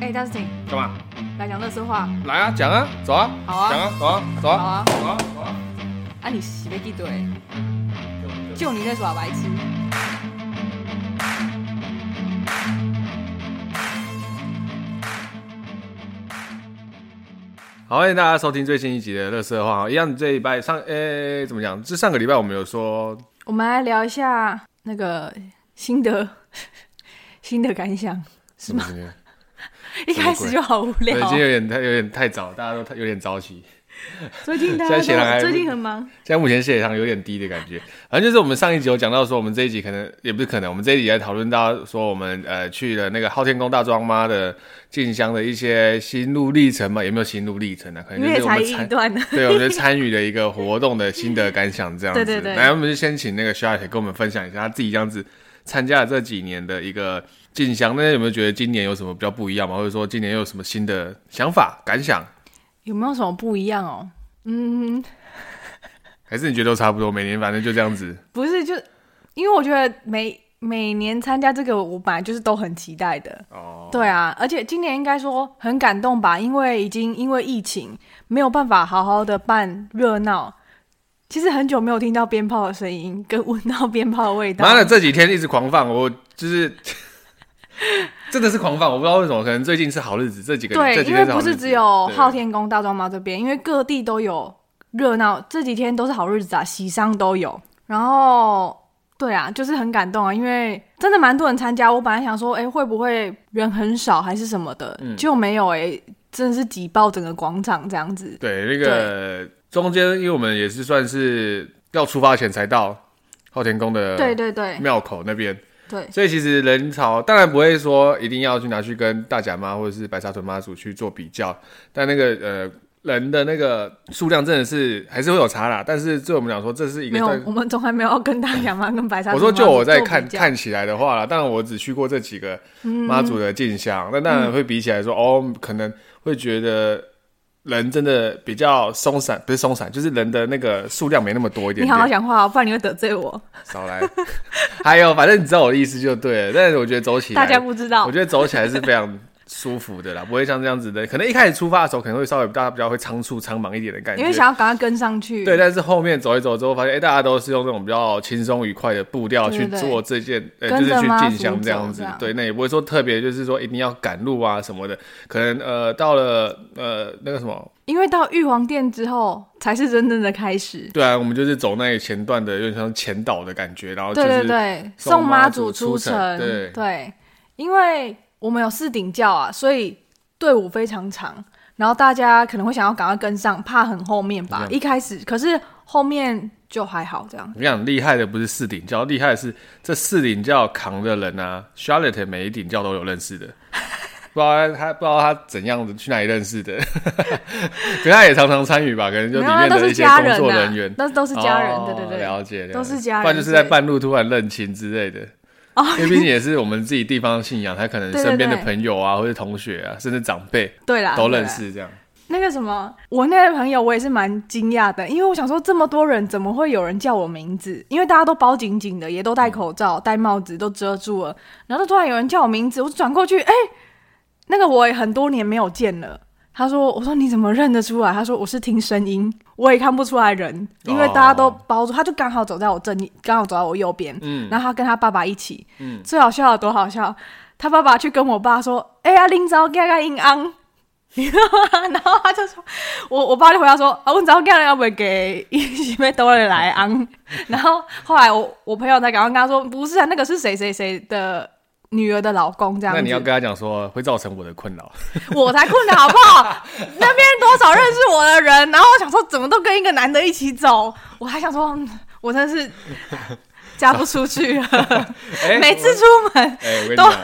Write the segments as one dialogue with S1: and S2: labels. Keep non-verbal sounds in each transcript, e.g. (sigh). S1: 哎，大师请
S2: 干嘛？
S1: 来讲乐色话，
S2: 来啊，讲啊，走啊，
S1: 好啊
S2: 讲啊，走啊，走
S1: 好
S2: 啊，
S1: 啊！
S2: 走啊，走啊。
S1: 啊，你洗被地怼，就你在耍白痴。
S2: 好，欢迎大家收听最新一集的《乐色话》。一样，这一拜上，诶、怎么讲？这上个礼拜我们有说，
S1: 我们来聊一下那个新 (laughs) 的新的感想，
S2: 什么东西？
S1: 一开始就好无
S2: 对，
S1: (laughs) 聊
S2: 已。经有点太有点太早，大家都太有点早起。
S1: 最近大
S2: 现在显然
S1: 家
S2: 还
S1: 都最近很忙，
S2: 现在目前血糖有点低的感觉，反正就是我们上一集有讲到说，我们这一集可能也不是可能，我们这一集来讨论到说，我们呃去了那个昊天宫大庄妈的进香的一些心路历程嘛，有没有心路历程啊？可
S1: 因
S2: 能就
S1: 为
S2: 是我
S1: 才
S2: 们
S1: 一
S2: 参，
S1: 段呢。
S2: (laughs) 对，我们就参与了一个活动的心得感想这样子。
S1: 对对对
S2: 来，我们就先请那个 s h a r k 跟我们分享一下他自己这样子参加了这几年的一个进香，那有没有觉得今年有什么比较不一样吗？或者说今年又有什么新的想法感想？
S1: 有没有什么不一样哦？嗯，
S2: 还是你觉得都差不多，每年反正就这样子。
S1: 不是，就因为我觉得每每年参加这个，我本来就是都很期待的。
S2: 哦，
S1: 对啊，而且今年应该说很感动吧，因为已经因为疫情没有办法好好的办热闹。其实很久没有听到鞭炮的声音，跟闻到鞭炮的味道。
S2: 妈的，这几天一直狂放，我就是 (laughs) 真的是狂放，我不知道为什么，可能最近是好日子，这几个这
S1: 对，
S2: 几
S1: 因
S2: 天
S1: 为
S2: 好
S1: 不
S2: 日子
S1: 是只有
S2: 对
S1: 昊天宫、大庄妈这边，因为各地都有热闹，这几天都是好日子啊，喜丧都有。然后，对啊，就是很感动啊，因为真的蛮多人参加。我本来想说，哎，会不会人很少还是什么的，
S2: 嗯
S1: 结果没有哎、真的是挤爆整个广场这样子。
S2: 对那个中间，因为我们也是算是要出发前才到昊天宫的
S1: 对对对
S2: 庙口那边，
S1: 对，
S2: 所以其实人潮当然不会说一定要去拿去跟大甲妈或者是白沙屯妈祖去做比较，但那个呃。人的那个数量真的是还是会有差啦，但是对我们讲说，这是一个
S1: 没有
S2: 算，
S1: 我们从来没有要跟大甲妈跟白沙屯
S2: (laughs) 我
S1: 妈
S2: 说
S1: 做比较。
S2: 就我在看看起来的话啦，当然我只去过这几个
S1: 嗯
S2: 妈祖的进香，那、当然会比起来说，哦，可能会觉得人真的比较松散，不是松散，就是人的那个数量没那么多一点
S1: 你好好
S2: 点，
S1: 讲话、哦，不然你会得罪我。
S2: 少来。 (laughs) 还有，反正你知道我的意思就对了，但是我觉得走起来，
S1: 大家不知道
S2: 我，觉得走起来是非常舒服的啦，不会像这样子的，可能一开始出发的时候可能会稍微大家比较会仓促苍茫一点的感觉，
S1: 因为想要赶快跟上去。
S2: 对，但是后面走一走之后，发现哎、诶大家都是用那种比较轻松愉快的步调
S1: 对
S2: 去
S1: 对对
S2: 做这件，呃，
S1: 跟
S2: 就是
S1: 着
S2: 去
S1: 妈
S2: 进
S1: 祖
S2: 香这
S1: 走
S2: 样子
S1: 这样。
S2: 对，那也不会说特别，就是说一定要赶路啊什么的。可能呃，到了呃那个什么，
S1: 因为到玉皇殿之后才是真正的开始。
S2: 对啊，我们就是走那个前段的，有点像前导的感觉，哦然后就
S1: 对对
S2: 是
S1: 对，送
S2: 妈
S1: 祖出
S2: 祖出城对
S1: 因为我们有四顶轿啊，所以队伍非常长，然后大家可能会想要赶快跟上，怕很后面吧。
S2: 嗯
S1: 一开始，可是后面就还好这样。
S2: 我跟你讲，厉害的不是四顶教，厉害的是这四顶教扛的人啊，Charlotte 每一顶教都有
S1: (laughs)
S2: 认识的，不知道他不知道他怎样子去哪里认识的， (laughs) 可他也常常参与吧，可能就
S1: 没
S2: 里
S1: 有啊，
S2: 面
S1: 都
S2: 的
S1: 是
S2: 一些
S1: 家
S2: 工
S1: 人
S2: 作
S1: 呐、
S2: 人员。
S1: 那都是家人，
S2: 哦
S1: 对对对，
S2: 了解，了解
S1: 都是家人哦
S2: 不然就是在半路突然认亲之类的。因为毕竟也是我们自己地方信仰，他可能
S1: (laughs) 对对
S2: 身边的
S1: 对
S2: 朋友啊，或者同学啊，甚至长辈
S1: 对啦，
S2: 都
S1: 对
S2: 认
S1: 啦
S2: 识这样。
S1: 那个什么，我那个朋友我也是蛮惊讶的，因为我想说这么多人怎么会有人叫我名字？因为大家都包紧紧的，也都戴口罩、戴帽子，都遮住了。然后就突然有人叫我名字，我就转过去，哎、那个我也很多年没有见了。他说：“我说你怎么认得出来？”他说：“我是听声音，我也看不出来人，因为大家都
S2: 哦
S1: 包住。他就刚好走在我正，刚好走在我右边。
S2: 嗯
S1: 然后他跟他爸爸一起。
S2: 嗯
S1: 最好笑的多好笑，他爸爸去跟我爸说：“哎、呀，林昭盖盖英昂。”你知道吗？ (laughs) 然后他就说，我我爸就回答说：“啊，我早干了，要不给一起被兜了来昂。” (laughs) 然后后来我我朋友才赶快跟他说：“不是啊，那个是谁谁谁的女儿的老公这样
S2: 那
S1: 子。”
S2: 你要跟他讲说，会造成我的困扰。
S1: (laughs) 我才困的好不好？ (laughs) 那边多少认识我的人，然后我想说，怎么都跟一个男的一起走，我还想说，嗯我真是嫁不出去了。
S2: (laughs) 哎
S1: 每次出门，
S2: 哎、我跟你
S1: 都
S2: 讲，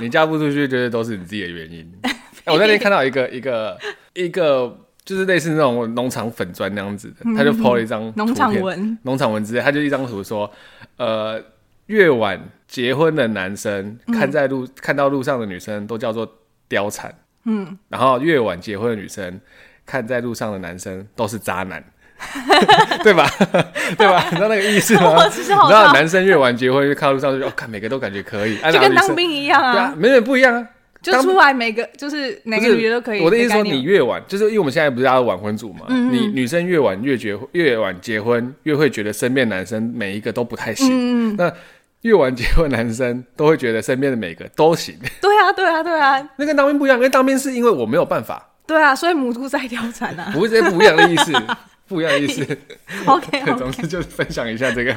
S2: 你嫁不出去，就是都是你自己的
S1: (laughs)
S2: 原因。哎，我那天看到一个一个一个，就是类似那种农场粉砖那样子的，他就 po 了一张
S1: 嗯农
S2: 图
S1: 场
S2: 片
S1: 文，
S2: 农场文之类，他就一张图说，呃，越晚结婚的男生，看在
S1: 嗯
S2: 路、看到路上的女生都叫做貂蝉，嗯，然后越晚结婚的女生，看在路上的男生都是渣男。 (laughs) 对吧？ (laughs) (laughs) 对吧？你知道那个意思吗？
S1: (laughs) 我知道
S2: 你知道男生越晚结婚，越看到路上就觉得哦，看每个都感觉可以，啊
S1: 就
S2: 然后
S1: 跟
S2: 女
S1: 当
S2: 生
S1: 兵一样
S2: 对
S1: 啊
S2: 啊，。没有不一样啊。
S1: 就出来每个就是哪个
S2: 不是
S1: 女的都可以。嗯
S2: 我的意思
S1: 概
S2: 说，
S1: 念
S2: 你越晚，就是因为我们现在不是大家都晚婚族嘛，你女生越晚越结越晚结婚，越会觉得身边男生每一个都不太行。
S1: 嗯，
S2: 那越晚结婚，男生都会觉得身边的每个都行。
S1: 对啊，对啊，对啊，
S2: 那跟当兵不一样，跟当兵是因为我没有办法，
S1: 对啊，所以母猪在貂蝉
S2: (laughs)
S1: 啊。
S2: 不是不一样的意思，不一样的
S1: (laughs)
S2: 意思。
S1: OK 哦
S2: 对，总之就是分享一下这个。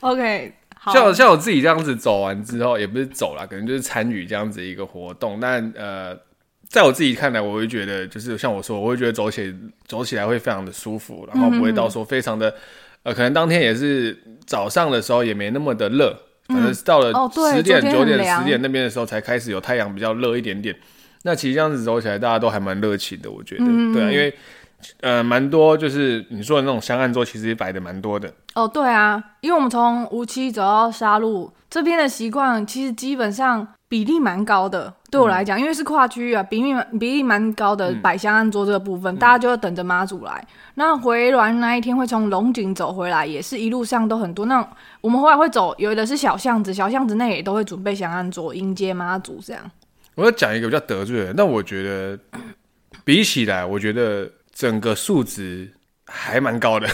S1: OK，好，
S2: 像我像我自己这样子走完之后，也不是走啦，可能就是参与这样子一个活动。但呃，在我自己看来，我会觉得就是像我说，我会觉得走起走起来会非常的舒服，然后不会到说非常的呃，可能当天也是早上的时候也没那么的热，可能是到了
S1: 哦对
S2: 十点、
S1: 昨天
S2: 九
S1: 很
S2: 点、
S1: 凉
S2: 十点那边的时候才开始有太阳比较热一点点。那其实这样子走起来，大家都还蛮热情的，我觉得，
S1: 嗯
S2: 对啊，因为呃，蛮多就是你说的那种香案桌，其实也摆的蛮多的，
S1: 哦，对啊，因为我们从无期走到沙鹿这边的习惯，其实基本上比例蛮高的。对我来讲，因为是跨区域啊，比例蛮比例蛮高的摆香案桌这个部分，大家就会等着妈祖来。那回銮那一天会从龙井走回来，也是一路上都很多。那种我们后来会走，有的是小巷子，小巷子内也都会准备香案桌迎接妈祖这样。
S2: 我要讲一个比较得罪人，但我觉得比起来，我觉得整个数值还蛮高
S1: (laughs)
S2: 的。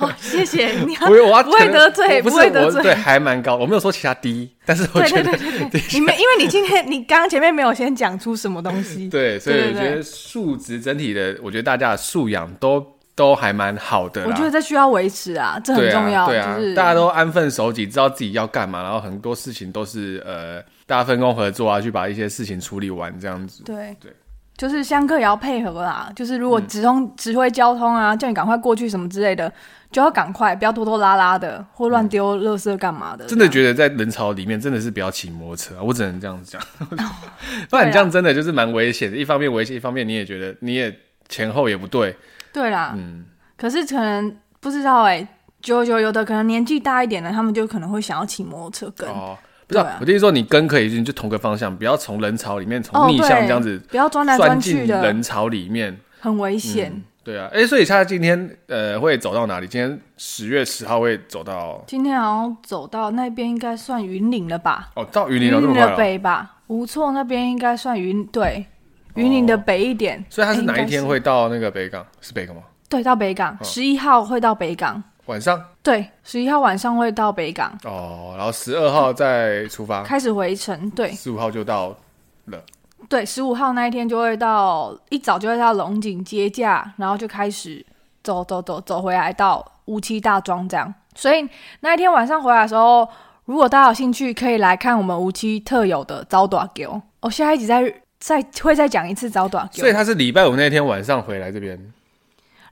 S1: 好、哦谢谢你要。
S2: 我我要
S1: 不会
S2: 可能
S1: 得罪
S2: 我不是
S1: 不会得
S2: 我
S1: 罪
S2: 对，还蛮高。我没有说其他低，但是我
S1: 对
S2: 觉
S1: 对
S2: 得
S1: 对对对，你们因为你今天你刚刚前面没有先讲出什么东西，
S2: (laughs) 对，所以
S1: 对
S2: 我
S1: 对
S2: 觉得数值整体的，我觉得大家的素养都都还蛮好的啦。
S1: 我觉得这需要维持啊，这很
S2: 啊对
S1: 重要，
S2: 啊对啊
S1: 就是
S2: 大家都安分守己，知道自己要干嘛，然后很多事情都是呃大家分工合作啊，去把一些事情处理完这样子。
S1: 对
S2: 对
S1: 就是香客也嗯要配合啦，就是如果指通、指挥交通啊，叫你赶快过去什么之类的，就要赶快，不要拖拖拉拉的或乱丢垃圾干嘛的。
S2: 真的
S1: 得
S2: 觉得在人潮里面真的是不要骑摩托车啊、我只能这样子讲，
S1: 哦
S2: (laughs) 不然你这
S1: 啊
S2: 样真的就是蛮危险的。一方面危险，一方面你也觉得你也前后也不对，
S1: 对啦，
S2: 嗯，
S1: 可是可能不知道哎、九九有的可能年纪大一点的，他们就可能会想要骑摩托车跟
S2: 哦，不是啊、
S1: 对啊
S2: 我的意思说你跟可以，你就同个方向，不要从人潮里面从
S1: 哦
S2: 逆
S1: 对
S2: 向这样子
S1: 不要钻来
S2: 钻
S1: 钻
S2: 进
S1: 去的，
S2: 人潮里面，
S1: 很危险。
S2: 嗯对啊，哎、所以他今天呃会走到哪里？今天十月十号会走到
S1: 今天好像走到那边应该算云岭了吧？
S2: 哦，到云林
S1: 云
S2: 了这么
S1: 林
S2: 快
S1: 的
S2: 了哦，
S1: 北吧，吴厝那边应该算云对，云林的北一点。
S2: 哦所以他是
S1: 哎
S2: 哪一
S1: 应该
S2: 天会哦到那个北港？是北港吗？
S1: 对，到北港，十一号会到北港。
S2: 晚上
S1: 对，十一号晚上会到北港，
S2: 哦，然后十二号再出发，
S1: 开始回程。对
S2: 十五号就到
S1: 对，十五号那一天就会到，一早就会到龙井接驾，然后就开始走走走走回来到乌七大庄这样。所以那一天晚上回来的时候，如果大家有兴趣，可以来看我们无期特有的招短球。我、下一集再再会再讲一次招短球
S2: 所以。他是礼拜五那天晚上回来这边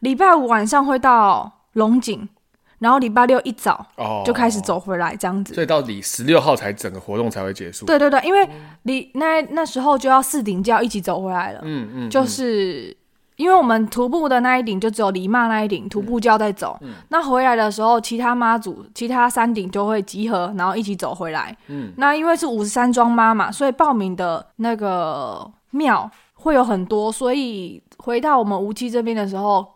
S1: 礼拜五晚上会到龙井，然后礼拜六一早
S2: 哦
S1: 就开始，走回来这样子。
S2: 所以到底十六号才整个活动才会结束。
S1: 对对对，因为你那那时候就要四顶就要一起走回来了，
S2: 嗯嗯，
S1: 就是因为我们徒步的那一顶就只有黎骂那一顶徒步就要再走，
S2: 嗯
S1: 那回来的时候其他妈祖其他三顶就会集合，然后一起走回来。
S2: 嗯，
S1: 那因为是五十三庄妈嘛，所以报名的那个庙会有很多，所以回到我们无期这边的时候，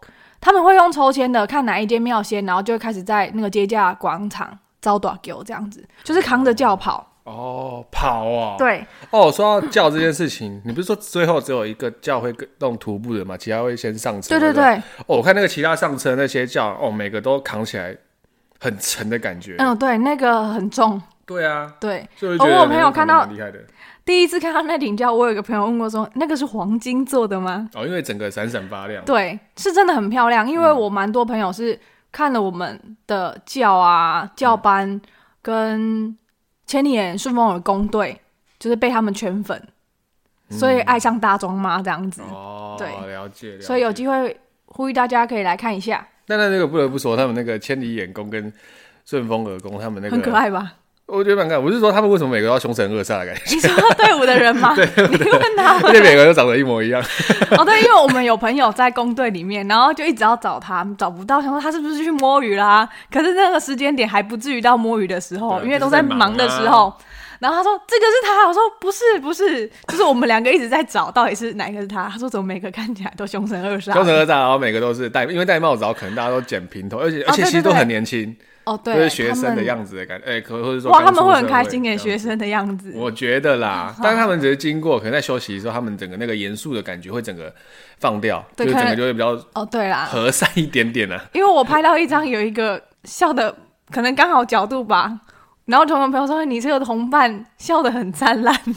S1: 他们会用抽签的，看哪一间庙先，然后就会开始在那个接驾广场招短给这样子，就是扛着轿跑。
S2: 哦，跑哦，，
S1: 对，
S2: 哦，说到教这件事情，你不是说最后只有一个教会跟弄徒步的嘛，其他会先上车？
S1: 对对
S2: 对不
S1: 对，
S2: 哦，我看那个其他上车的那些教，哦，每个都扛起来很沉的感觉。，
S1: 嗯，对，那个很重。
S2: 对啊，
S1: 对，
S2: 所以就觉得
S1: 哦我有朋友
S2: 那个
S1: 看到
S2: 蛮厉害的
S1: 第一次看到那顶轿，我有一个朋友问过说，那个是黄金做的吗？
S2: 哦，因为整个闪闪发亮。
S1: 对，是真的很漂亮，因为
S2: 嗯
S1: 我蛮多朋友是看了我们的轿
S2: 嗯
S1: 啊、轿班跟千里眼顺风耳工队，就是被他们圈粉，所以爱上大庄妈这样子。
S2: 嗯哦，
S1: 对
S2: 了解。了
S1: 所以有
S2: 解
S1: 机会呼吁大家可以来看一下，
S2: 但那那个不得不说，他们那个千里眼功跟顺风耳功，他们那个
S1: 很可爱吧？
S2: 我觉得蛮感，我是说他们为什么每个都要凶神恶煞的感觉， (laughs)
S1: 你说队伍的人吗？你问他们
S2: 而且每个都长得一模一
S1: (laughs)
S2: 样。
S1: 哦，对，因为我们有朋友在工队里面，然后就一直要找他，找不到，想说他是不是去摸鱼啦、可是那个时间点还不至于到摸鱼的时候，
S2: 对啊
S1: 因为都在忙的时候。然后他说：“这个是他。”我说：“不是，不是，就是我们两个一直在找，到底是哪一个是他？”他说：“怎么每个看起来都凶神恶煞
S2: 凶？”神恶煞，然后每个都是戴，因为戴帽子，然后可能大家都剪平头，而且、
S1: 哦
S2: 而且其实
S1: 对对
S2: 都
S1: 对
S2: 很年轻，
S1: 哦，
S2: 就
S1: 对，
S2: 是学
S1: 他
S2: 生的
S1: 们
S2: 样子的感觉，哎、可或者说
S1: 哇，
S2: 刚
S1: 他们
S2: 出
S1: 会很
S2: 社
S1: 开心
S2: 这
S1: 给
S2: 样
S1: 学生的样子。
S2: 我觉得啦，但是他们只是经过，可能在休息的时候，他们整个那个严肃的感觉会整个放掉，就
S1: 对
S2: 是整
S1: 可
S2: 个
S1: 能
S2: 就会比较
S1: 哦，对啦，
S2: 和善一点点啊。
S1: 因为我拍到一张有一个笑的，可能刚好角度吧。然后同朋友说：“你这个同伴笑得很灿烂呢、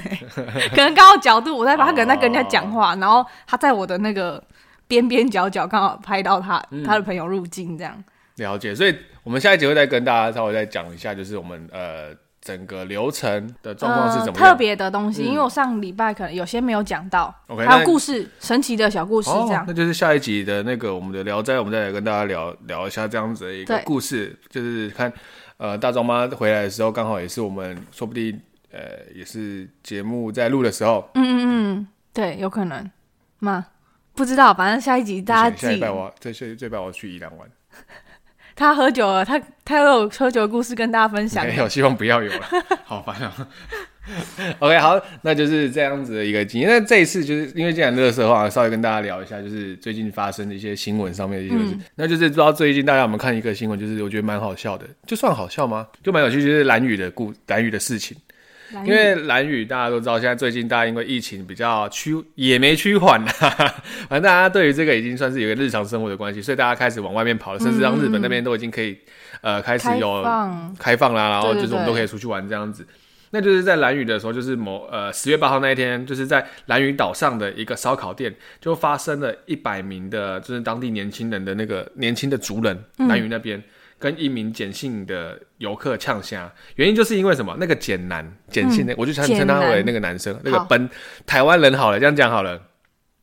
S1: 可能刚好角度，我在把他可能在跟人家讲话，然后他在我的那个边边角角刚好拍到他、他的朋友入境这样。
S2: 了解，所以我们下一集会再跟大家稍微再讲一下，就是我们呃整个流程的状况是
S1: 呃，
S2: 怎么
S1: 特
S2: 样。
S1: 别的东西，因为我上礼拜可能有些没有讲到
S2: OK，
S1: 还
S2: 那
S1: 有故事神奇的小故事
S2: 哦
S1: 这样。
S2: 那就是下一集的那个我们的《聊斋》，我们再来跟大家聊聊一下这样子的一个
S1: 对
S2: 故事，就是看呃大庄妈回来的时候，刚好也是我们说不定呃也是节目在录的时候，
S1: 嗯嗯嗯，对，有可能嘛？不知道，反正下一集大家
S2: 不行下
S1: 记
S2: 礼拜我要这下这礼拜我要去宜兰玩。
S1: 他喝酒了，他他有喝酒的故事跟大家分享
S2: 没。有，希望不要有
S1: (laughs)
S2: 了，好烦啊。OK，好，那就是这样子的一个经验。那这一次就是因为既然热色话，稍微跟大家聊一下，就是最近发生的一些新闻上面的一些事。
S1: 嗯
S2: 那就是不知道最近大家有没有看一个新闻，就是我觉得蛮好笑的，就算好笑吗？就蛮有趣，就是蓝雨的故蓝雨的事情。
S1: 蓝
S2: 因为蓝雨大家都知道，现在最近大家因为疫情比较趋也没趋缓啦， (laughs) 反正大家对于这个已经算是有一个日常生活的关系，所以大家开始往外面跑了，甚至让日本那边都已经可以呃开始
S1: 开
S2: 有
S1: 放，
S2: 开放啦，然后
S1: 对对
S2: 就是我们都可以出去玩这样子。那就是在蓝屿的时候，就是某呃十月八号那一天，就是在蓝屿岛上的一个烧烤店，就发生了一百名的，就是当地年轻人的那个年轻的族人，
S1: 嗯
S2: 蓝屿那边、跟一名简姓的游客呛虾，原因就是因为什么？那个简男简姓的，我就想
S1: 简
S2: 称他为
S1: 嗯男
S2: 那个男生，那个
S1: 好
S2: 本台湾人好了，这样讲好了，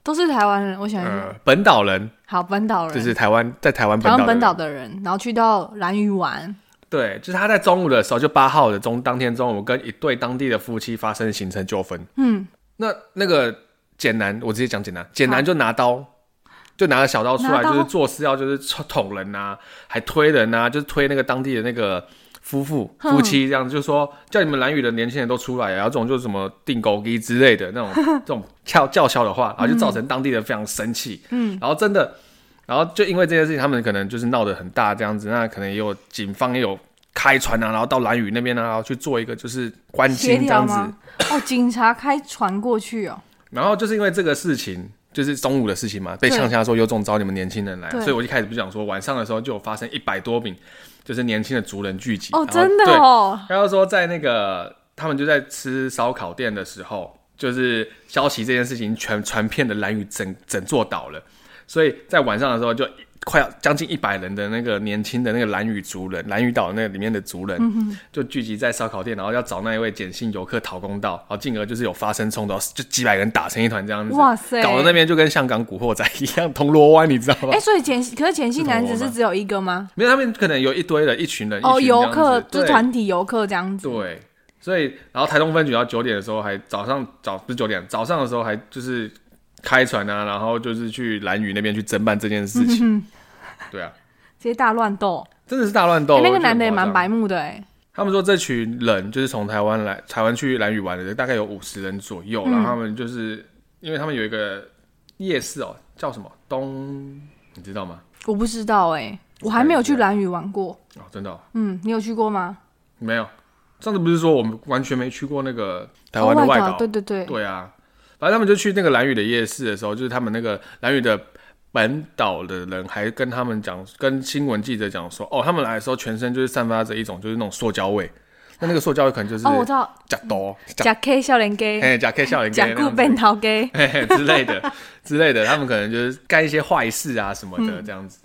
S1: 都是台湾人。我想一下，
S2: 呃，本岛人
S1: 好，本岛人，
S2: 就是台湾在台湾
S1: 台
S2: 本岛
S1: 湾
S2: 的
S1: 本
S2: 人
S1: 岛的人，然后去到蓝屿玩。
S2: 对，就是他在中午的时候，就八号的中当天中午，跟一对当地的夫妻发生形成纠纷。
S1: 嗯，
S2: 那那个简男，我直接讲简男，简
S1: 好
S2: 男就拿刀，就拿了小刀出来，
S1: 拿刀
S2: 就是做事要就是戳捅人呐、还推人呐、就是推那个当地的那个夫妇
S1: 哼
S2: 夫妻，这样就说叫你们蓝屿的年轻人都出来啊，然后这种就是什么定狗鸡之类的那
S1: (laughs)
S2: 种这种叫叫嚣的话，然后就造成当地人非常生气。嗯，然后真的。然后就因为这件事情，他们可能就是闹得很大这样子，那可能也有警方也有开船啊，然后到蓝屿那边呢、然后去做一个就是关
S1: 协
S2: 心这
S1: 调
S2: 样子。
S1: 吗？哦，警察开船过去
S2: (laughs)
S1: 哦。
S2: 然后就是因为这个事情，就是中午的事情嘛，被
S1: 对
S2: 呛下说有种招你们年轻人来，啊
S1: 对
S2: 所以我一开始不是讲说晚上的时候就有发生一百多名就是年轻的族人聚集
S1: 哦，
S2: 然后
S1: 真的
S2: 对
S1: 哦。
S2: 他就说在那个他们就在吃烧烤店的时候，就是消息这件事情全传遍了蓝屿整整座岛了，所以在晚上的时候就快要将近一百人的那个年轻的那个蓝屿族人，蓝屿岛那里面的族
S1: 嗯
S2: 人、就聚集在烧烤店，然后要找那一位简姓游客讨公道，然后进而就是有发生冲突，就几百个人打成一团这样子，
S1: 哇塞
S2: 搞得那边就跟香港古惑仔一样铜锣湾，你知道吗？
S1: 哎，所以简可是简姓男子
S2: 是什么
S1: 是只有一个吗？
S2: 没有，他们可能有一堆人，一群人，
S1: 哦，
S2: 一群这
S1: 游
S2: 样子
S1: 客就是
S2: 对
S1: 团体游客这样子。
S2: 对，所以然后台东分局到九点的时候还早上早不是九点早上的时候还就是开船啊，然后就是去蓝屿那边去侦办这件事情。 (laughs) 对啊，
S1: 直接大乱斗。
S2: 真的是大乱斗、
S1: 哎那
S2: 哦我
S1: 个
S2: 觉得
S1: 男的也
S2: 很
S1: 蛮
S2: 夸张。
S1: 白目的哎。
S2: 他们说这群人就是从台湾来台湾去蓝屿玩的，大概有五十人左右，
S1: 嗯
S2: 然后他们就是因为他们有一个夜市哦，叫什么东，你知道吗？
S1: 我不知道哎，我还没有去蓝屿玩过。
S2: 哦，真的、哦、
S1: 嗯，你有去过吗？
S2: 没有。上次不是说我们完全没去过那个台湾
S1: 哦外
S2: 的外
S1: 岛
S2: 岛？
S1: 对对对，
S2: 对啊，反正他们就去那个蓝屿的夜市的时候，就是他们那个蓝屿的本岛的人还跟他们讲，跟新闻记者讲说，哦，他们来的时候全身就是散发着一种就是那种塑胶味，那那个塑胶味可能就是
S1: 哦，我知道，
S2: 假多假
S1: 假 K 笑脸 K。
S2: 哎假 K 笑脸 K
S1: 假顾
S2: 那样
S1: 变
S2: 子
S1: 头给
S2: 嘿嘿之类的之类的，他们可能就是干一些坏事啊什么
S1: 嗯
S2: 的这样子。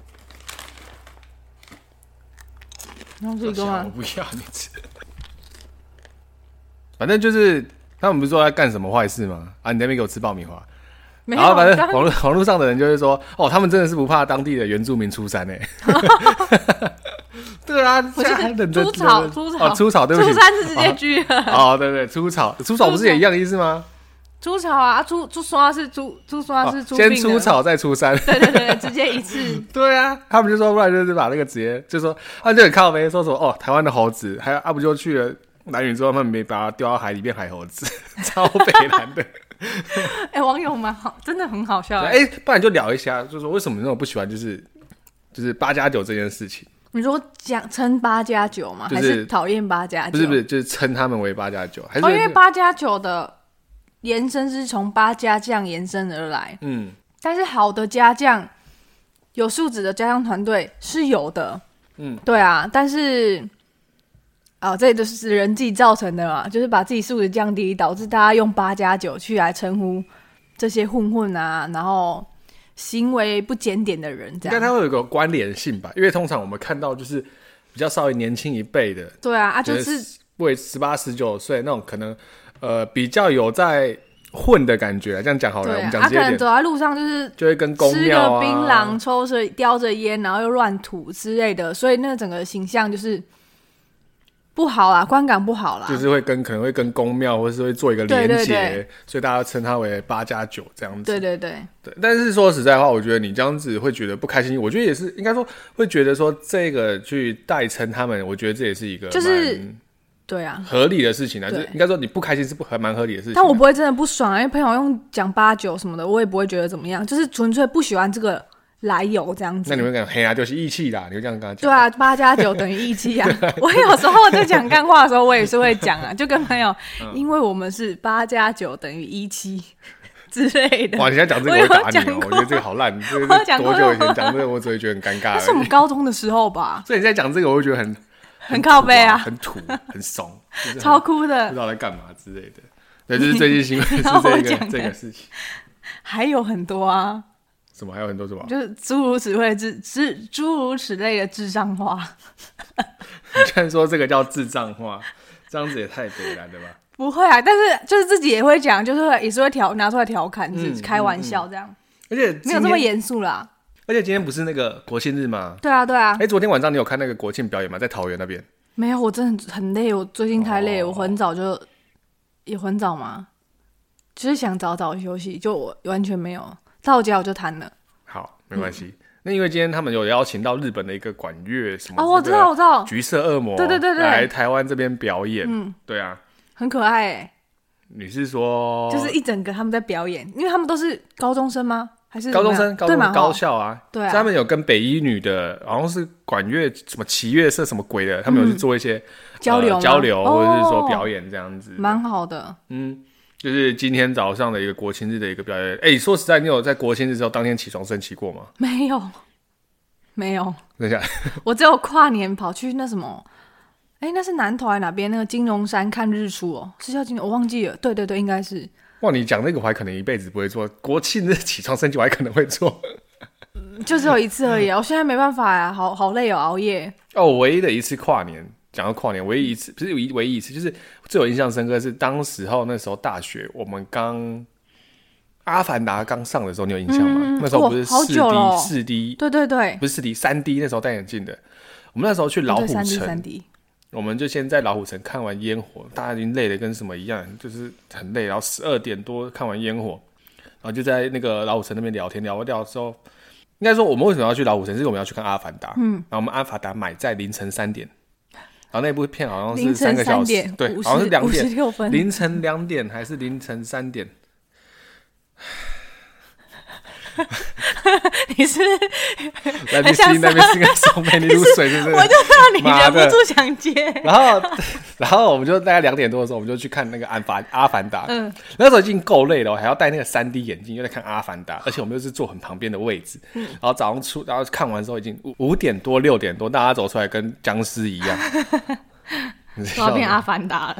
S1: 然后这个
S2: 我
S1: 吗？
S2: 不要你吃。反正就是他们不是说在干什么坏事吗？啊，你在那边给我吃爆米花。
S1: 没有，
S2: 然后反正
S1: 刚
S2: 网络网络上的人就会说，哦，他们真的是不怕当地的原住民出山哎、 (laughs) 对啊，
S1: (laughs) 我记
S2: 现在还
S1: 得
S2: 忍着
S1: 猪草，
S2: 忍着
S1: 猪
S2: 哦，
S1: 草，
S2: 出草，对不起
S1: 猪，三是直接狙了，
S2: 哦，对对，出草，出草不是也一样的意思吗？
S1: 猪草啊，啊猪猪刷是猪猪刷
S2: 哦
S1: 是猪病
S2: 先
S1: 的
S2: 出，草再出山，，
S1: 对对对，直接一次
S2: (laughs) 对啊，他们就说，不然就是把那个直接就说，啊，就很靠没说什么哦，台湾的猴子，还有啊不就去了南屿之后，他们没把它丢到海里变海猴子， (laughs) 超北蓝的。 (laughs)
S1: 哎，网友蛮好，真的很好笑，
S2: 哎哎、不然就聊一下，就说为什么那种不喜欢就是就是八加九这件事情。
S1: 你说讲称八加九吗？
S2: 就
S1: 还
S2: 是
S1: 是讨厌八加九？
S2: 不是不是，就是称他们为八加九，还是
S1: 哦，因为八加九的延伸是从八家酱延伸而来，
S2: 嗯
S1: 但是好的家酱有素质的家酱团队是有的，
S2: 嗯，
S1: 对啊，但是。哦，这都是人自己造成的嘛，就是把自己素质降低，导致大家用八加九去来称呼这些混混啊，然后行为不检点的人，这
S2: 应该
S1: 样
S2: 它会有个关联性吧？因为通常我们看到就是比较稍微年轻一辈的，
S1: 对啊，啊，就
S2: 觉得
S1: 是
S2: 为十八十九岁那种可能呃比较有在混的感觉，这样讲好了，
S1: 对
S2: 我
S1: 啊
S2: 们，讲
S1: 他、
S2: 直接
S1: 可
S2: 一
S1: 能
S2: 点，
S1: 走在路上就是
S2: 就会跟公
S1: 吃
S2: 庙
S1: 着
S2: 啊、
S1: 槟榔，抽着叼着烟，然后又乱吐之类的，所以那整个形象就是不好啦，观感不好啦。
S2: 就是会跟可能会跟公庙，或是会做一个连
S1: 对对
S2: 结，
S1: 对
S2: 所以大家称它为八加九这样子。
S1: 对对对，
S2: 对，但是说实在话，我觉得你这样子会觉得不开心。我觉得也是，应该说会觉得说这个去代称他们，我觉得这也是一个
S1: 就是
S2: 蛮
S1: 对啊。
S2: 合理的事情啊。
S1: 对
S2: 就是应该说你不开心是不合蛮合理的事情啊、
S1: 但我不会真的不爽啊，因为朋友用讲八九什么的，我也不会觉得怎么样，就是纯粹不喜欢这个来由这样子。
S2: 那你会讲黑啊，就是义气啦，你会这样跟他讲。
S1: 对啊，八加九等于一七
S2: (laughs)
S1: 啊！我有时候在讲干话的时候，我也是会讲啊，就跟朋
S2: (laughs)
S1: 友，
S2: 嗯
S1: 因为我们是八加九等于一七之类的。
S2: 哇，你现在讲这个
S1: 我
S2: 我
S1: 有
S2: 会打你
S1: 讲
S2: 哦、
S1: 过
S2: 我觉得这个好烂，
S1: (laughs)
S2: 这
S1: 我
S2: 个
S1: 有
S2: 是
S1: 讲
S2: 多
S1: 过
S2: 久以前讲这个，我只会觉得很尴尬
S1: 那是我
S2: 而
S1: 们 (laughs)
S2: 已。
S1: 高中的时候吧，
S2: 所以你在讲这个，我会觉得很
S1: 很靠背啊，
S2: 很土，很怂，就是很
S1: 超酷
S2: 不
S1: 的
S2: 知，道在干嘛之类的。对，就是最近新闻是这
S1: (laughs) 你让我
S2: 个
S1: 讲
S2: 这个事情，
S1: 还有很多啊，
S2: 什么还有很
S1: (laughs)
S2: 多什么，
S1: 就是诸如此类智智诸如此类的智障话，
S2: 你居然说这个叫智障化，这样子也太悲然了吧？
S1: 不会啊，但是就是自己也会讲，就是会也是会调拿出来调侃，
S2: 嗯
S1: 只是开玩笑这样，
S2: 而且
S1: 没有这么
S2: 今天，
S1: 严肃啦。
S2: 而且今天不是那个国庆日吗？
S1: 对啊，对啊
S2: 哎、，昨天晚上你有看那个国庆表演吗？在桃园那边，
S1: 没有，我真的很累，我最近太累，
S2: 哦
S1: 我很早就也很早嘛，就是想早早休息，就我完全没有到家我就瘫了。
S2: 好，没
S1: 嗯
S2: 关系。那因为今天他们有邀请到日本的一个管乐什么
S1: 哦，我
S2: 这
S1: 知
S2: 个
S1: 道，我知道，
S2: 橘色恶魔，
S1: 对对对对
S2: 来台湾这边表演，嗯，对啊，
S1: 很可爱、欸。
S2: 你是说
S1: 就是一整个他们在表演，因为他们都是高中生吗？还是
S2: 高中
S1: 怎么
S2: 生、
S1: 样
S2: 高
S1: 对
S2: 中
S1: 嘛？
S2: 生高
S1: 吼
S2: 校啊，
S1: 对啊
S2: 所以他们有跟北一女的，好像是管乐什么齐乐社什么鬼的，他们有去做一些、
S1: 交流
S2: 呃
S1: 吗
S2: 交流，或者是说
S1: 哦
S2: 表演这样子。
S1: 蛮好的。
S2: 嗯，就是今天早上的一个国庆日的一个表演。哎、说实在，你有在国庆日之后当天起床升旗过吗？
S1: 没有，没有，
S2: 等一下，
S1: 我只有跨年跑去那什么，哎、那是南投还是哪边？那个金龙山看日出哦，是叫金龙，我忘记了。对对对，应该是
S2: 哇，你讲那个我还可能一辈子不会做，国庆日起床升旗我还可能会做。
S1: 就只有一次而
S2: 嗯
S1: 已啊。我现在没办法呀、好好累哦，熬夜。
S2: 哦，我唯一的一次跨年，讲到跨年，唯一一次不是唯一唯一一次，就是最有印象深刻的是当时候那时候大学我们刚《阿凡达》刚上的时候，你有印象吗？
S1: 嗯嗯嗯
S2: 那时候不是
S1: 哇好
S2: 四
S1: 久
S2: D
S1: 了哦
S2: 四 D
S1: 对对对，
S2: 不是四 D 三 D 那时候戴眼镜的，我们那时候去老虎
S1: 哦对三 D 三
S2: 城，
S1: D，
S2: 我们就先在老虎城看完烟火，大家已经累得跟什么一样，就是很累，然后十二点多看完烟火，然后就在那个老虎城那边聊天，聊聊之后。应该说，我们为什么要去老虎城？是我们要去看《阿凡达》。嗯，然后我们《阿凡达》买在凌晨三点，然后那部片好像
S1: 凌
S2: 是
S1: 晨
S2: 三个小
S1: 三
S2: 时
S1: 点，，
S2: 对，
S1: 五
S2: 好像是
S1: 十
S2: 两
S1: 五十
S2: 点，
S1: 六分，
S2: 凌晨两点还是凌晨三点？
S1: 你是
S2: 来宾
S1: 像
S2: 心那边是个送妹，你入水是不是？
S1: 我就知道你
S2: 妈
S1: 忍
S2: 的
S1: 不住想接，
S2: (laughs) 然后，然后我们就大概两点多的时候，我们就去看那个《安凡阿凡达》。
S1: 嗯，
S2: 那时候已经够累了，我还要戴那个三 D 眼镜，又在看《阿凡达》，而且我们又是坐很旁边的位置。
S1: 嗯
S2: 然后早上出，然后看完之后已经五五点多、六点多，大家走出来跟僵尸
S1: (laughs)
S2: 一样。你知
S1: 我要
S2: 道
S1: 变阿
S2: 吗？
S1: 凡达了。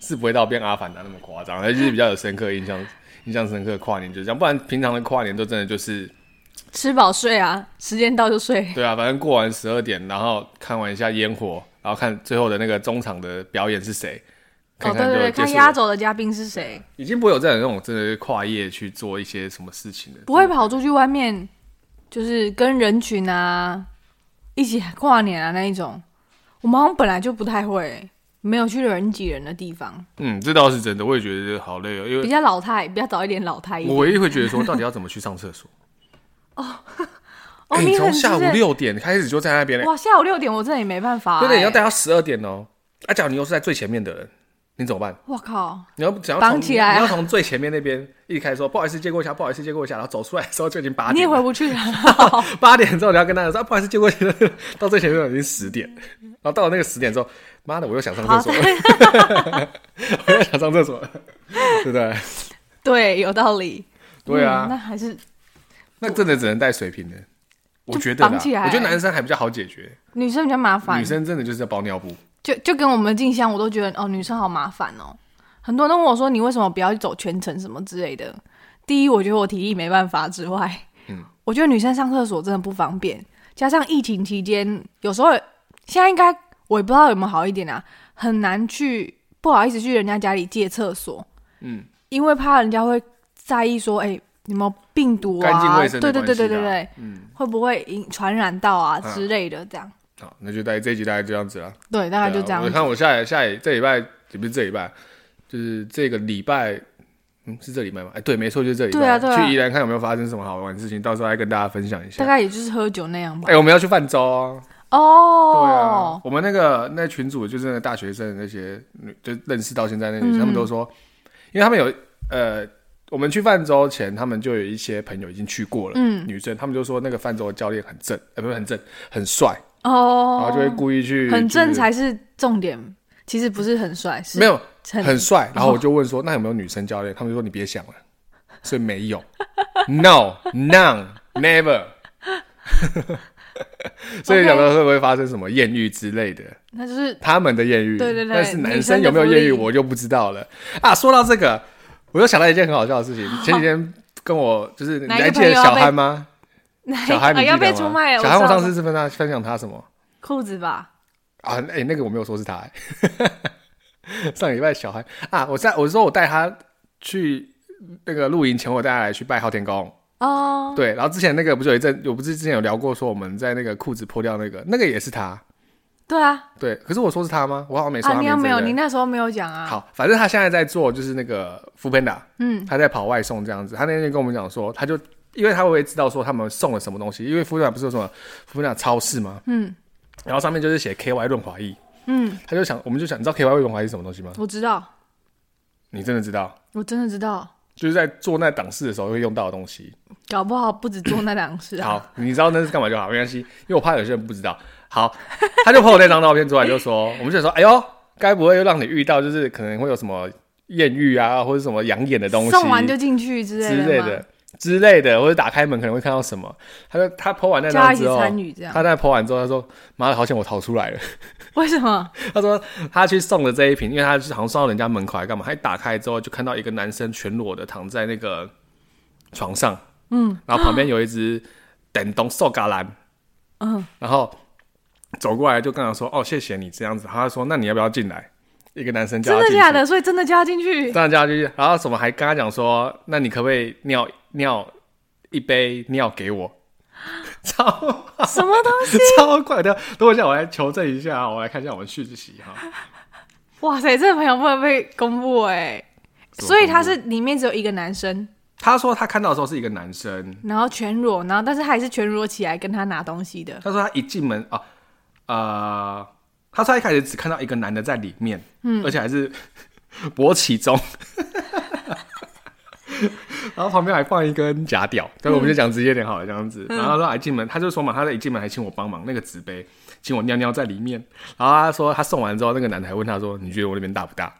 S2: 是不会到变阿凡达那么夸张，但就是比较有深刻印象，印象深刻的跨年就是这样。不然平常的跨年都真的就是，
S1: 吃饱睡啊，时间到就睡。
S2: 对啊，反正过完十二点，然后看完一下烟火，然后看最后的那个中场的表演是谁。看
S1: 哦，对
S2: 就
S1: 对对，
S2: 结
S1: 看
S2: 束了
S1: 压轴的嘉宾是谁，
S2: 已经不会有这种那种真的跨业去做一些什么事情的，
S1: 不会跑出去外面，就是跟人群啊一起跨年啊那一种。我们好像本来就不太会，没有去人挤人的地方，
S2: 嗯，这倒是真的，我也觉得好累哦，因
S1: 比
S2: 为
S1: 较老态，比较早一点老态一
S2: 我
S1: 点。
S2: 唯一会觉得说，到底要怎么去上厕所？
S1: (laughs) 哦，
S2: 哎
S1: 你
S2: 从、
S1: 很欸
S2: 下午
S1: 就是
S2: 六点开始就在那边嘞，
S1: 哇，下午六点我真的也没办法、
S2: 对对，你要
S1: 欸。
S2: 待到十二点哦。啊，假如你又是在最前面的人，你怎么办？
S1: 我靠，
S2: 你要想要
S1: 绑
S2: 从
S1: 起来啊
S2: 你要从最前面那边一开始说不好意思借过一下，不好意思借过一下，然后走出来的时候就已经八
S1: 你也
S2: 点了，
S1: 回不去啊了。
S2: (laughs) 八点之后你要跟他讲说、啊、不好意思借过去了， (laughs) 到最前面已经十点，然后到了那个十点之后，妈的我又想上厕所了， (laughs) 我又想上厕所了，对不对？
S1: (laughs) 对，有道理。
S2: 对啊
S1: 嗯那还是
S2: 那真的只能带水瓶的，我
S1: 就
S2: 觉得啦，
S1: 绑起来
S2: 我觉得男生还比较好解决，
S1: 女生比较麻烦
S2: 女，生真的就是要包尿布，
S1: 就就跟我们进香，我都觉得哦，女生好麻烦哦。很多人都问我说，你为什么不要走全程什么之类的？第一，我觉得我体力没办法之外，
S2: 嗯
S1: (laughs) 我觉得女生上厕所真的不方便，加上疫情期间，有时候现在应该我也不知道有没有好一点啊，很难去不好意思去人家家里借厕所，
S2: 嗯，
S1: 因为怕人家会在意说，哎、有没有病毒
S2: 干净
S1: 啊？
S2: 卫
S1: 对
S2: 生
S1: 对
S2: 的
S1: 对对对
S2: 关系啦
S1: 对，
S2: 嗯，
S1: 会不会引传染到啊
S2: 嗯
S1: 之类的？这样
S2: 好，那就大概这一集大概这样子了，
S1: 对，大概就
S2: 对啊
S1: 这样
S2: 我。看我下下这礼拜也不是这礼拜，就是这个礼拜。嗯，是这礼拜吗？哎，对，没错，就是这礼拜。
S1: 对啊对啊
S2: 去宜兰看有没有发生什么好玩的事情，到时候来跟大家分享一下
S1: 大。概也就是喝酒那样吧
S2: 哎、。我们要去泛舟啊！对啊
S1: 哦，，
S2: 我们那个那群主就是那个大学生的那些女，就认识到现在那女
S1: 嗯
S2: 生，他们都说，因为他们有呃，我们去泛舟前，他们就有一些朋友已经去过了，
S1: 嗯，
S2: 女生，他们就说那个泛舟的教练很正，呃，不是很正，很帅，然
S1: 哦，
S2: 后就会故意去
S1: 很正
S2: 就是
S1: 才是重点，其实不是很帅，是
S2: 没有
S1: 很
S2: 很帅，然后我就问说，那有没有女生教练？他们就说你别想了，所以没有，no none never，所以
S1: OK
S2: 想说会不会发生什么艳遇之类的？
S1: 那就是
S2: 他们的艳遇，
S1: 对对对
S2: 但是男
S1: 女生
S2: 生
S1: 的
S2: 有没有艳遇
S1: 福利
S2: 我就不知道了啊。说到这个，我又想到一件很好笑的事情。前几天跟我就是你
S1: 哪一个
S2: 还记
S1: 朋
S2: 得
S1: 友要
S2: 小
S1: 被
S2: 憨吗？
S1: (laughs)
S2: 小憨你
S1: 哎
S2: 记
S1: 要被
S2: 得
S1: 出
S2: 吗
S1: 卖？了。
S2: 小憨我
S1: 知道
S2: 上次是分他分享他什么
S1: 裤子吧，
S2: 啊？哎、 (laughs) 那个我没有说是他、欸上礼拜小憨啊，我在我说我带他去那个露营前，我带他来去拜昊天宫。
S1: 哦，
S2: 对，然后之前那个不是有一阵，我不是之前有聊过说我们在那个裤子破掉那个，那个也是他。
S1: 对啊，
S2: 对，可是我说是他吗？我好像没说
S1: 啊，
S2: 他
S1: 你
S2: 名字。
S1: 要没有，
S2: 对不对
S1: 你那时候没有讲啊。，
S2: 好，反正他现在在做就是那个 f o o p a n d a
S1: 嗯，
S2: 他在跑外送这样子。他那天跟我们讲说，他就因为他会知道说他们送了什么东西，因为 f o o p a n d a 不是有什么 f o o p a n d a 超市吗？
S1: 嗯，
S2: 然后上面就是写 KY 润滑液，
S1: 嗯，
S2: 他就想，我们就想，你知道 KY 润滑液是什么东西吗？
S1: 我知道，
S2: 你真的知道？
S1: 我真的知道，
S2: 就是在做那档事的时候会用到的
S1: (laughs)
S2: 东西。
S1: 搞不好不止做那两次啊。
S2: (laughs) 好，你知道那是干嘛就好，没关系，因为我怕有些人不知道。好，他就 p 我那张照片出来，就说，我们就说，哎呦，该不会又让你遇到，就是可能会有什么艳遇啊，或者什么养眼的东西？
S1: 送完就进去之
S2: 之
S1: 类
S2: 类
S1: 吗，
S2: 的之类的，或者打开门可能会看到什么。他说他剖完那
S1: 叫他
S2: 张
S1: 一起
S2: 之后，
S1: 参与啊这样。
S2: 他在剖完之后，他说：“妈的，好险我逃出来了。 (laughs)
S1: 为什么？”
S2: 他说他去送了这一瓶，因为他是好像送到人家门口还干嘛？他一打开之后就看到一个男生全裸的躺在那个床上，
S1: 嗯，
S2: 然后旁边有一只等东瘦嘎兰，
S1: 嗯，
S2: 然后走过来就跟他说：“哦，谢谢你这样子。”他说：“那你要不要进来？”一个男生叫
S1: 真
S2: 他
S1: 的
S2: 进去
S1: 假的？所以真的叫他进去
S2: (laughs) 这样叫就是，然后什么还跟他讲说，那你可不可以尿尿一杯尿给我？ (laughs) 超
S1: 什么东西？
S2: 超快的，等我一下，我来求证一下，我来看一下我们续集哈。
S1: 哇塞，这个朋友不能被公布哎、
S2: 怎么
S1: 所以他
S2: 公布
S1: 是里面只有一个男生，
S2: 他说他看到的时候是一个男生，
S1: 然后全裸，然后但是还是全裸起来跟他拿东西
S2: (laughs)
S1: 的。
S2: 他说他一进门啊，呃，他说他一开始只看到一个男的在里面，嗯，而且还是 (laughs) 勃起中， (laughs) 然后旁边还放一根假屌，但我们就讲直接点好了，这样子。然后他说他一进门，他就说嘛，他一进门还请我帮忙那个纸杯，请我尿尿在里面。然后他说他送完之后，那个男的还问他说，你觉得我那边大不大？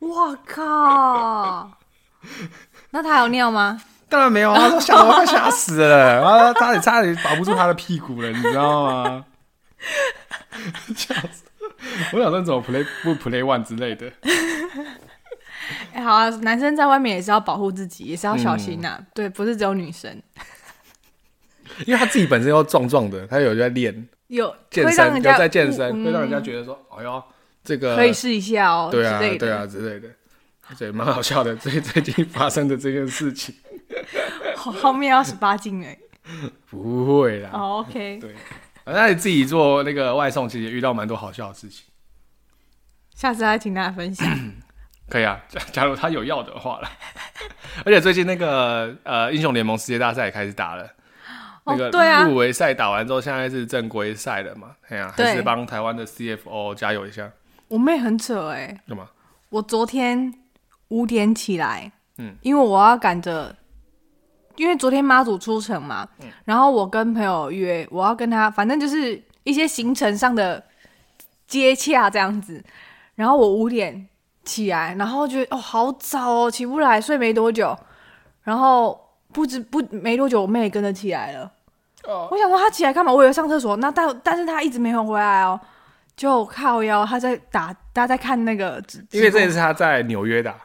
S1: 我靠！那他有尿吗？
S2: 当然
S1: (laughs)
S2: 没有啊！他说吓我快吓死了，然后差点差点保不住他的屁股了，你知道吗？
S1: (laughs)
S2: 吓死！我想说怎么 play 不 play one 之类的，
S1: 哎、好啊，男生在外面也是要保护自己，也是要小心呐、
S2: 嗯
S1: 对，不是只有女生
S2: 因为他自己本身又壮壮的，他有在练
S1: 有
S2: 健
S1: 会让
S2: 身，
S1: 人
S2: 有
S1: 家
S2: 在健身，
S1: 嗯
S2: 会让人家觉得说，哎呦，这个
S1: 可以试一下哦，
S2: 对啊
S1: 之类的。
S2: 对啊之类的，对，蛮好笑的。 (laughs) 最最近发生的这件事情，
S1: 好，后面要十八禁哎、
S2: 不会啦，
S1: 哦，OK，
S2: 对，那你自己做那个外送，其实也遇到蛮多好笑的事情。
S1: 下次再请大家分
S2: (clears throat)
S1: 享。
S2: 可以啊， (laughs) 假假如他有要的话了。 (laughs) 而且最近那个呃，英雄联盟世界大赛也开始打了，那
S1: 哦，对
S2: 个
S1: 啊
S2: 入，围赛打完之后，现在是正规赛了嘛？哎呀、
S1: 对
S2: 还是帮台湾的 CFO 加油一下。
S1: 我妹很扯哎、
S2: 干嘛？
S1: 我昨天五点起来，
S2: 嗯，
S1: 因为我要赶着，因为昨天妈祖出城嘛，
S2: 嗯
S1: 然后我跟朋友约，我要跟他，反正就是一些行程上的接洽这样子。然后我五点起来，然后觉得哦好早哦，起不来，睡没多久，然后不知不没多久，我妹也跟着起来了。
S2: 哦
S1: 我想说她起来干嘛？我以为上厕所，那但但是她一直没有回来哦。就靠腰，她在打，她在看那个直，
S2: 因为
S1: 直
S2: 这
S1: 播
S2: 也是他在纽约的啊、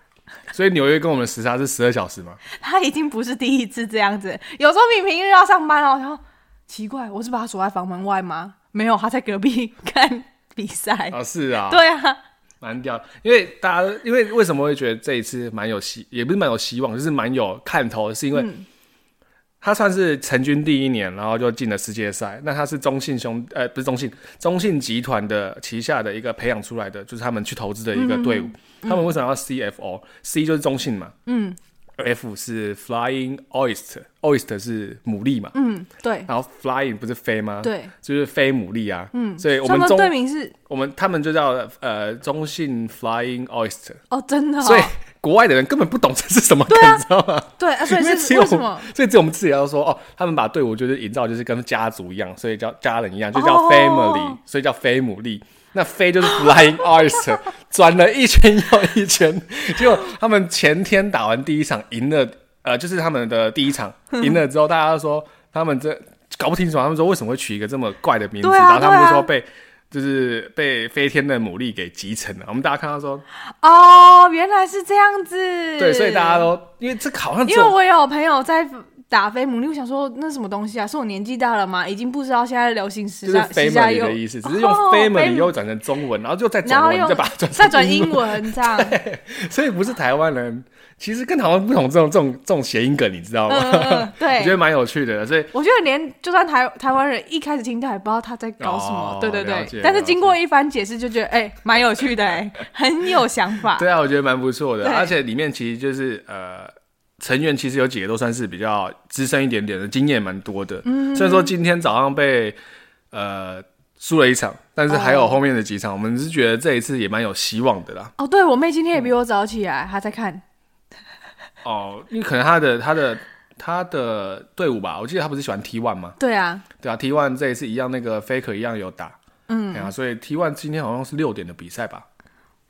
S2: 所以纽约跟我们时差是十二小时嘛。
S1: 他已经不是第一次这样子，有时候明明日要上班哦，然后奇怪，我是把他锁在房门外吗？没有，他在隔壁看比赛。
S2: (laughs) 啊，是啊，
S1: 对啊，
S2: 蛮屌的。因为大家，因为为什么会觉得这一次蛮有希，也不是蛮有希望，就是蛮有看头，是因为
S1: 嗯
S2: 他算是成军第一年，然后就进了世界赛。那他是中信兄，呃，不是中信，中信集团的旗下的一个培养出来的，就是他们去投资的一个队伍。
S1: 嗯
S2: 他们为什么要 CFO？C 就是中信嘛，嗯，F 是 Flying Oyster，Oyster 是牡蛎嘛，
S1: 嗯，对
S2: 然后 Flying 不是飞吗？，
S1: 对，
S2: 就是飞牡蛎啊。嗯，所以我
S1: 他
S2: 们
S1: 们
S2: 中
S1: 队名是
S2: 我们他们就叫呃中信 Flying Oyster。
S1: 哦，真的、哦，
S2: 所以国外的人根本不懂这是什么梗，你知道吗？
S1: 对、啊，所以
S2: 因为只
S1: 是
S2: 有
S1: 为什么？
S2: (laughs) 所以只有我们自己要说哦，他们把队伍就是营造就是跟家族一样，所以叫家人一样，就叫
S1: 哦
S2: family，、所以叫菲姆利。那飞就是 flying (laughs) oyster，转了一圈又一圈。结果他们前天打完第一场赢了，呃，就是他们的第
S1: (laughs)
S2: 一场赢了之后，大家都说他们这搞不清楚，他们说为什么会取一个这么怪的名字，
S1: 对啊
S2: 然后他们
S1: 对
S2: 就
S1: 啊
S2: 说被。就是被飞天的牡蛎给集成了，我们大家看到说，
S1: 哦，原来是这样子。
S2: 对，所以大家都因为这个好像只
S1: 因为
S2: 有
S1: 我有朋友在打飞母，我想说那是什么东西啊？是我年纪大了吗？已经不知道现在流行时
S2: 就是
S1: 下时下
S2: family
S1: 有
S2: 的意思，只是用
S1: 哦
S2: family
S1: family
S2: 又转成中文，然后就再
S1: 然
S2: 转
S1: 后
S2: 文，
S1: 用
S2: 再把它转
S1: 再转
S2: 英
S1: 英文
S2: (laughs)
S1: 这样。
S2: 文，所以不是台湾人，其实跟台湾不同这种这种这种谐音梗，你知道
S1: 嗯
S2: 吗？
S1: 嗯，
S2: (laughs)
S1: 嗯对，
S2: 我觉得蛮有趣的，所以
S1: 我觉得连就算台台湾人一开始听到也不知道他在搞什么，
S2: 哦
S1: 对对
S2: 了
S1: 对
S2: 解。
S1: 但是经过一番解释，就觉得哎，蛮、有趣的、
S2: (laughs)
S1: 哎，很有想法。
S2: 对啊，我觉得蛮不错的，
S1: 对
S2: 而且里面其实就是呃。成员其实有几个都算是比较资深一点点的，经验蛮多的。嗯，虽然说今天早上被呃输了一场，但是还有
S1: 哦
S2: 后面的几场，我们是觉得这一次也蛮有希望的啦。
S1: 哦，对我妹今天也比我早起来，她在看。
S2: 哦，因为可能他的他的他的队伍吧，我记得他不是喜欢 T one 吗？
S1: 对啊，
S2: 对啊，T one 这一次一样，那个 Faker 一样有打，嗯，对啊，所以 T one 今天好像是六点的比赛吧，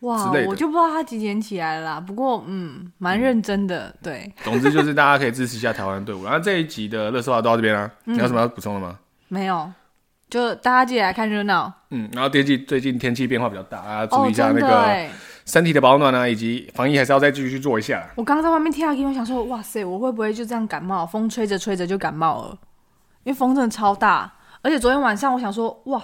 S1: 哇
S2: 之类，的
S1: 我就不知道她几点起来了啦。不过嗯，蛮认真的，对，
S2: 总之就是大家可以支持一下台湾的队伍。然后 (laughs) 这一集的乐色话都到这边啦、
S1: 嗯
S2: 你有什么要补充的吗？
S1: 没有，就大家记得来看热闹。
S2: 嗯，然后天气最近天气变化比较大，大家注
S1: 哦，
S2: 意一下
S1: 真的
S2: 那个
S1: 哎、
S2: 身体的保暖啊，以及防疫还是要再继续做一下。啊
S1: 我刚刚在外面听阿 K，我想说，哇塞，我会不会就这样感冒？啊风吹着吹着就感冒了，因为风真的超大。而且昨天晚上我想说，哇，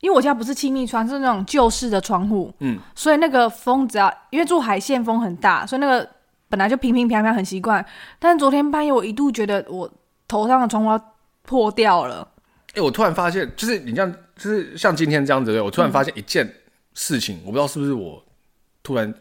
S1: 因为我家不是气密窗，是那种旧式的窗户，
S2: 嗯，
S1: 所以那个风只要因为住海线风很大，所以那个本来就平平平平很习惯。但是昨天半夜我一度觉得我头上的窗户要破掉了，
S2: 哎、我突然发现，就是你这样，就是像今天这样子，对我
S1: 嗯
S2: 突然发现一件事情，我不知道是不是我突然，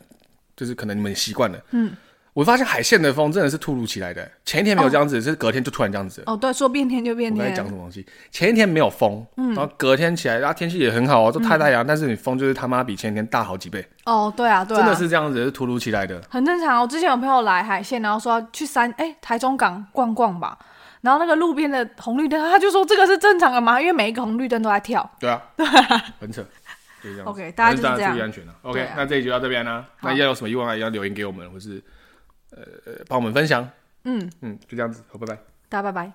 S2: 就是可能你们习惯了，嗯，我发现海线的风真的是突如其来的，前一天没有这样子，是隔天就突然这样子了。
S1: 哦，对，说变天就变
S2: 我刚才讲
S1: 哦天嗯
S2: 什，么东西？前一天没有风，然后隔天起来，然后天气也很好哦，都太太阳，但是你风就是他妈比前一天大好几倍，
S1: 哦，对啊，对啊，
S2: 真的是这样子，是突如其来的。
S1: 很正常。我之前有朋友来海线，然后说要去山哎、台中港逛逛吧，然后那个路边的红绿灯，他就说这个是正常的嘛，因为每一个红绿灯都在跳。
S2: 对啊，
S1: (laughs)
S2: 很扯，就是这样子。
S1: OK，大家就是
S2: 还
S1: 这
S2: 是大家
S1: 样
S2: 注意安全啊。
S1: 对
S2: OK，
S1: 啊
S2: 那这一集就到这边啦。那要有什么疑问啊，也要留言给我们，或是呃呃帮我们分享。
S1: 嗯，
S2: 嗯，就这样子，好，拜拜。
S1: 大家拜拜。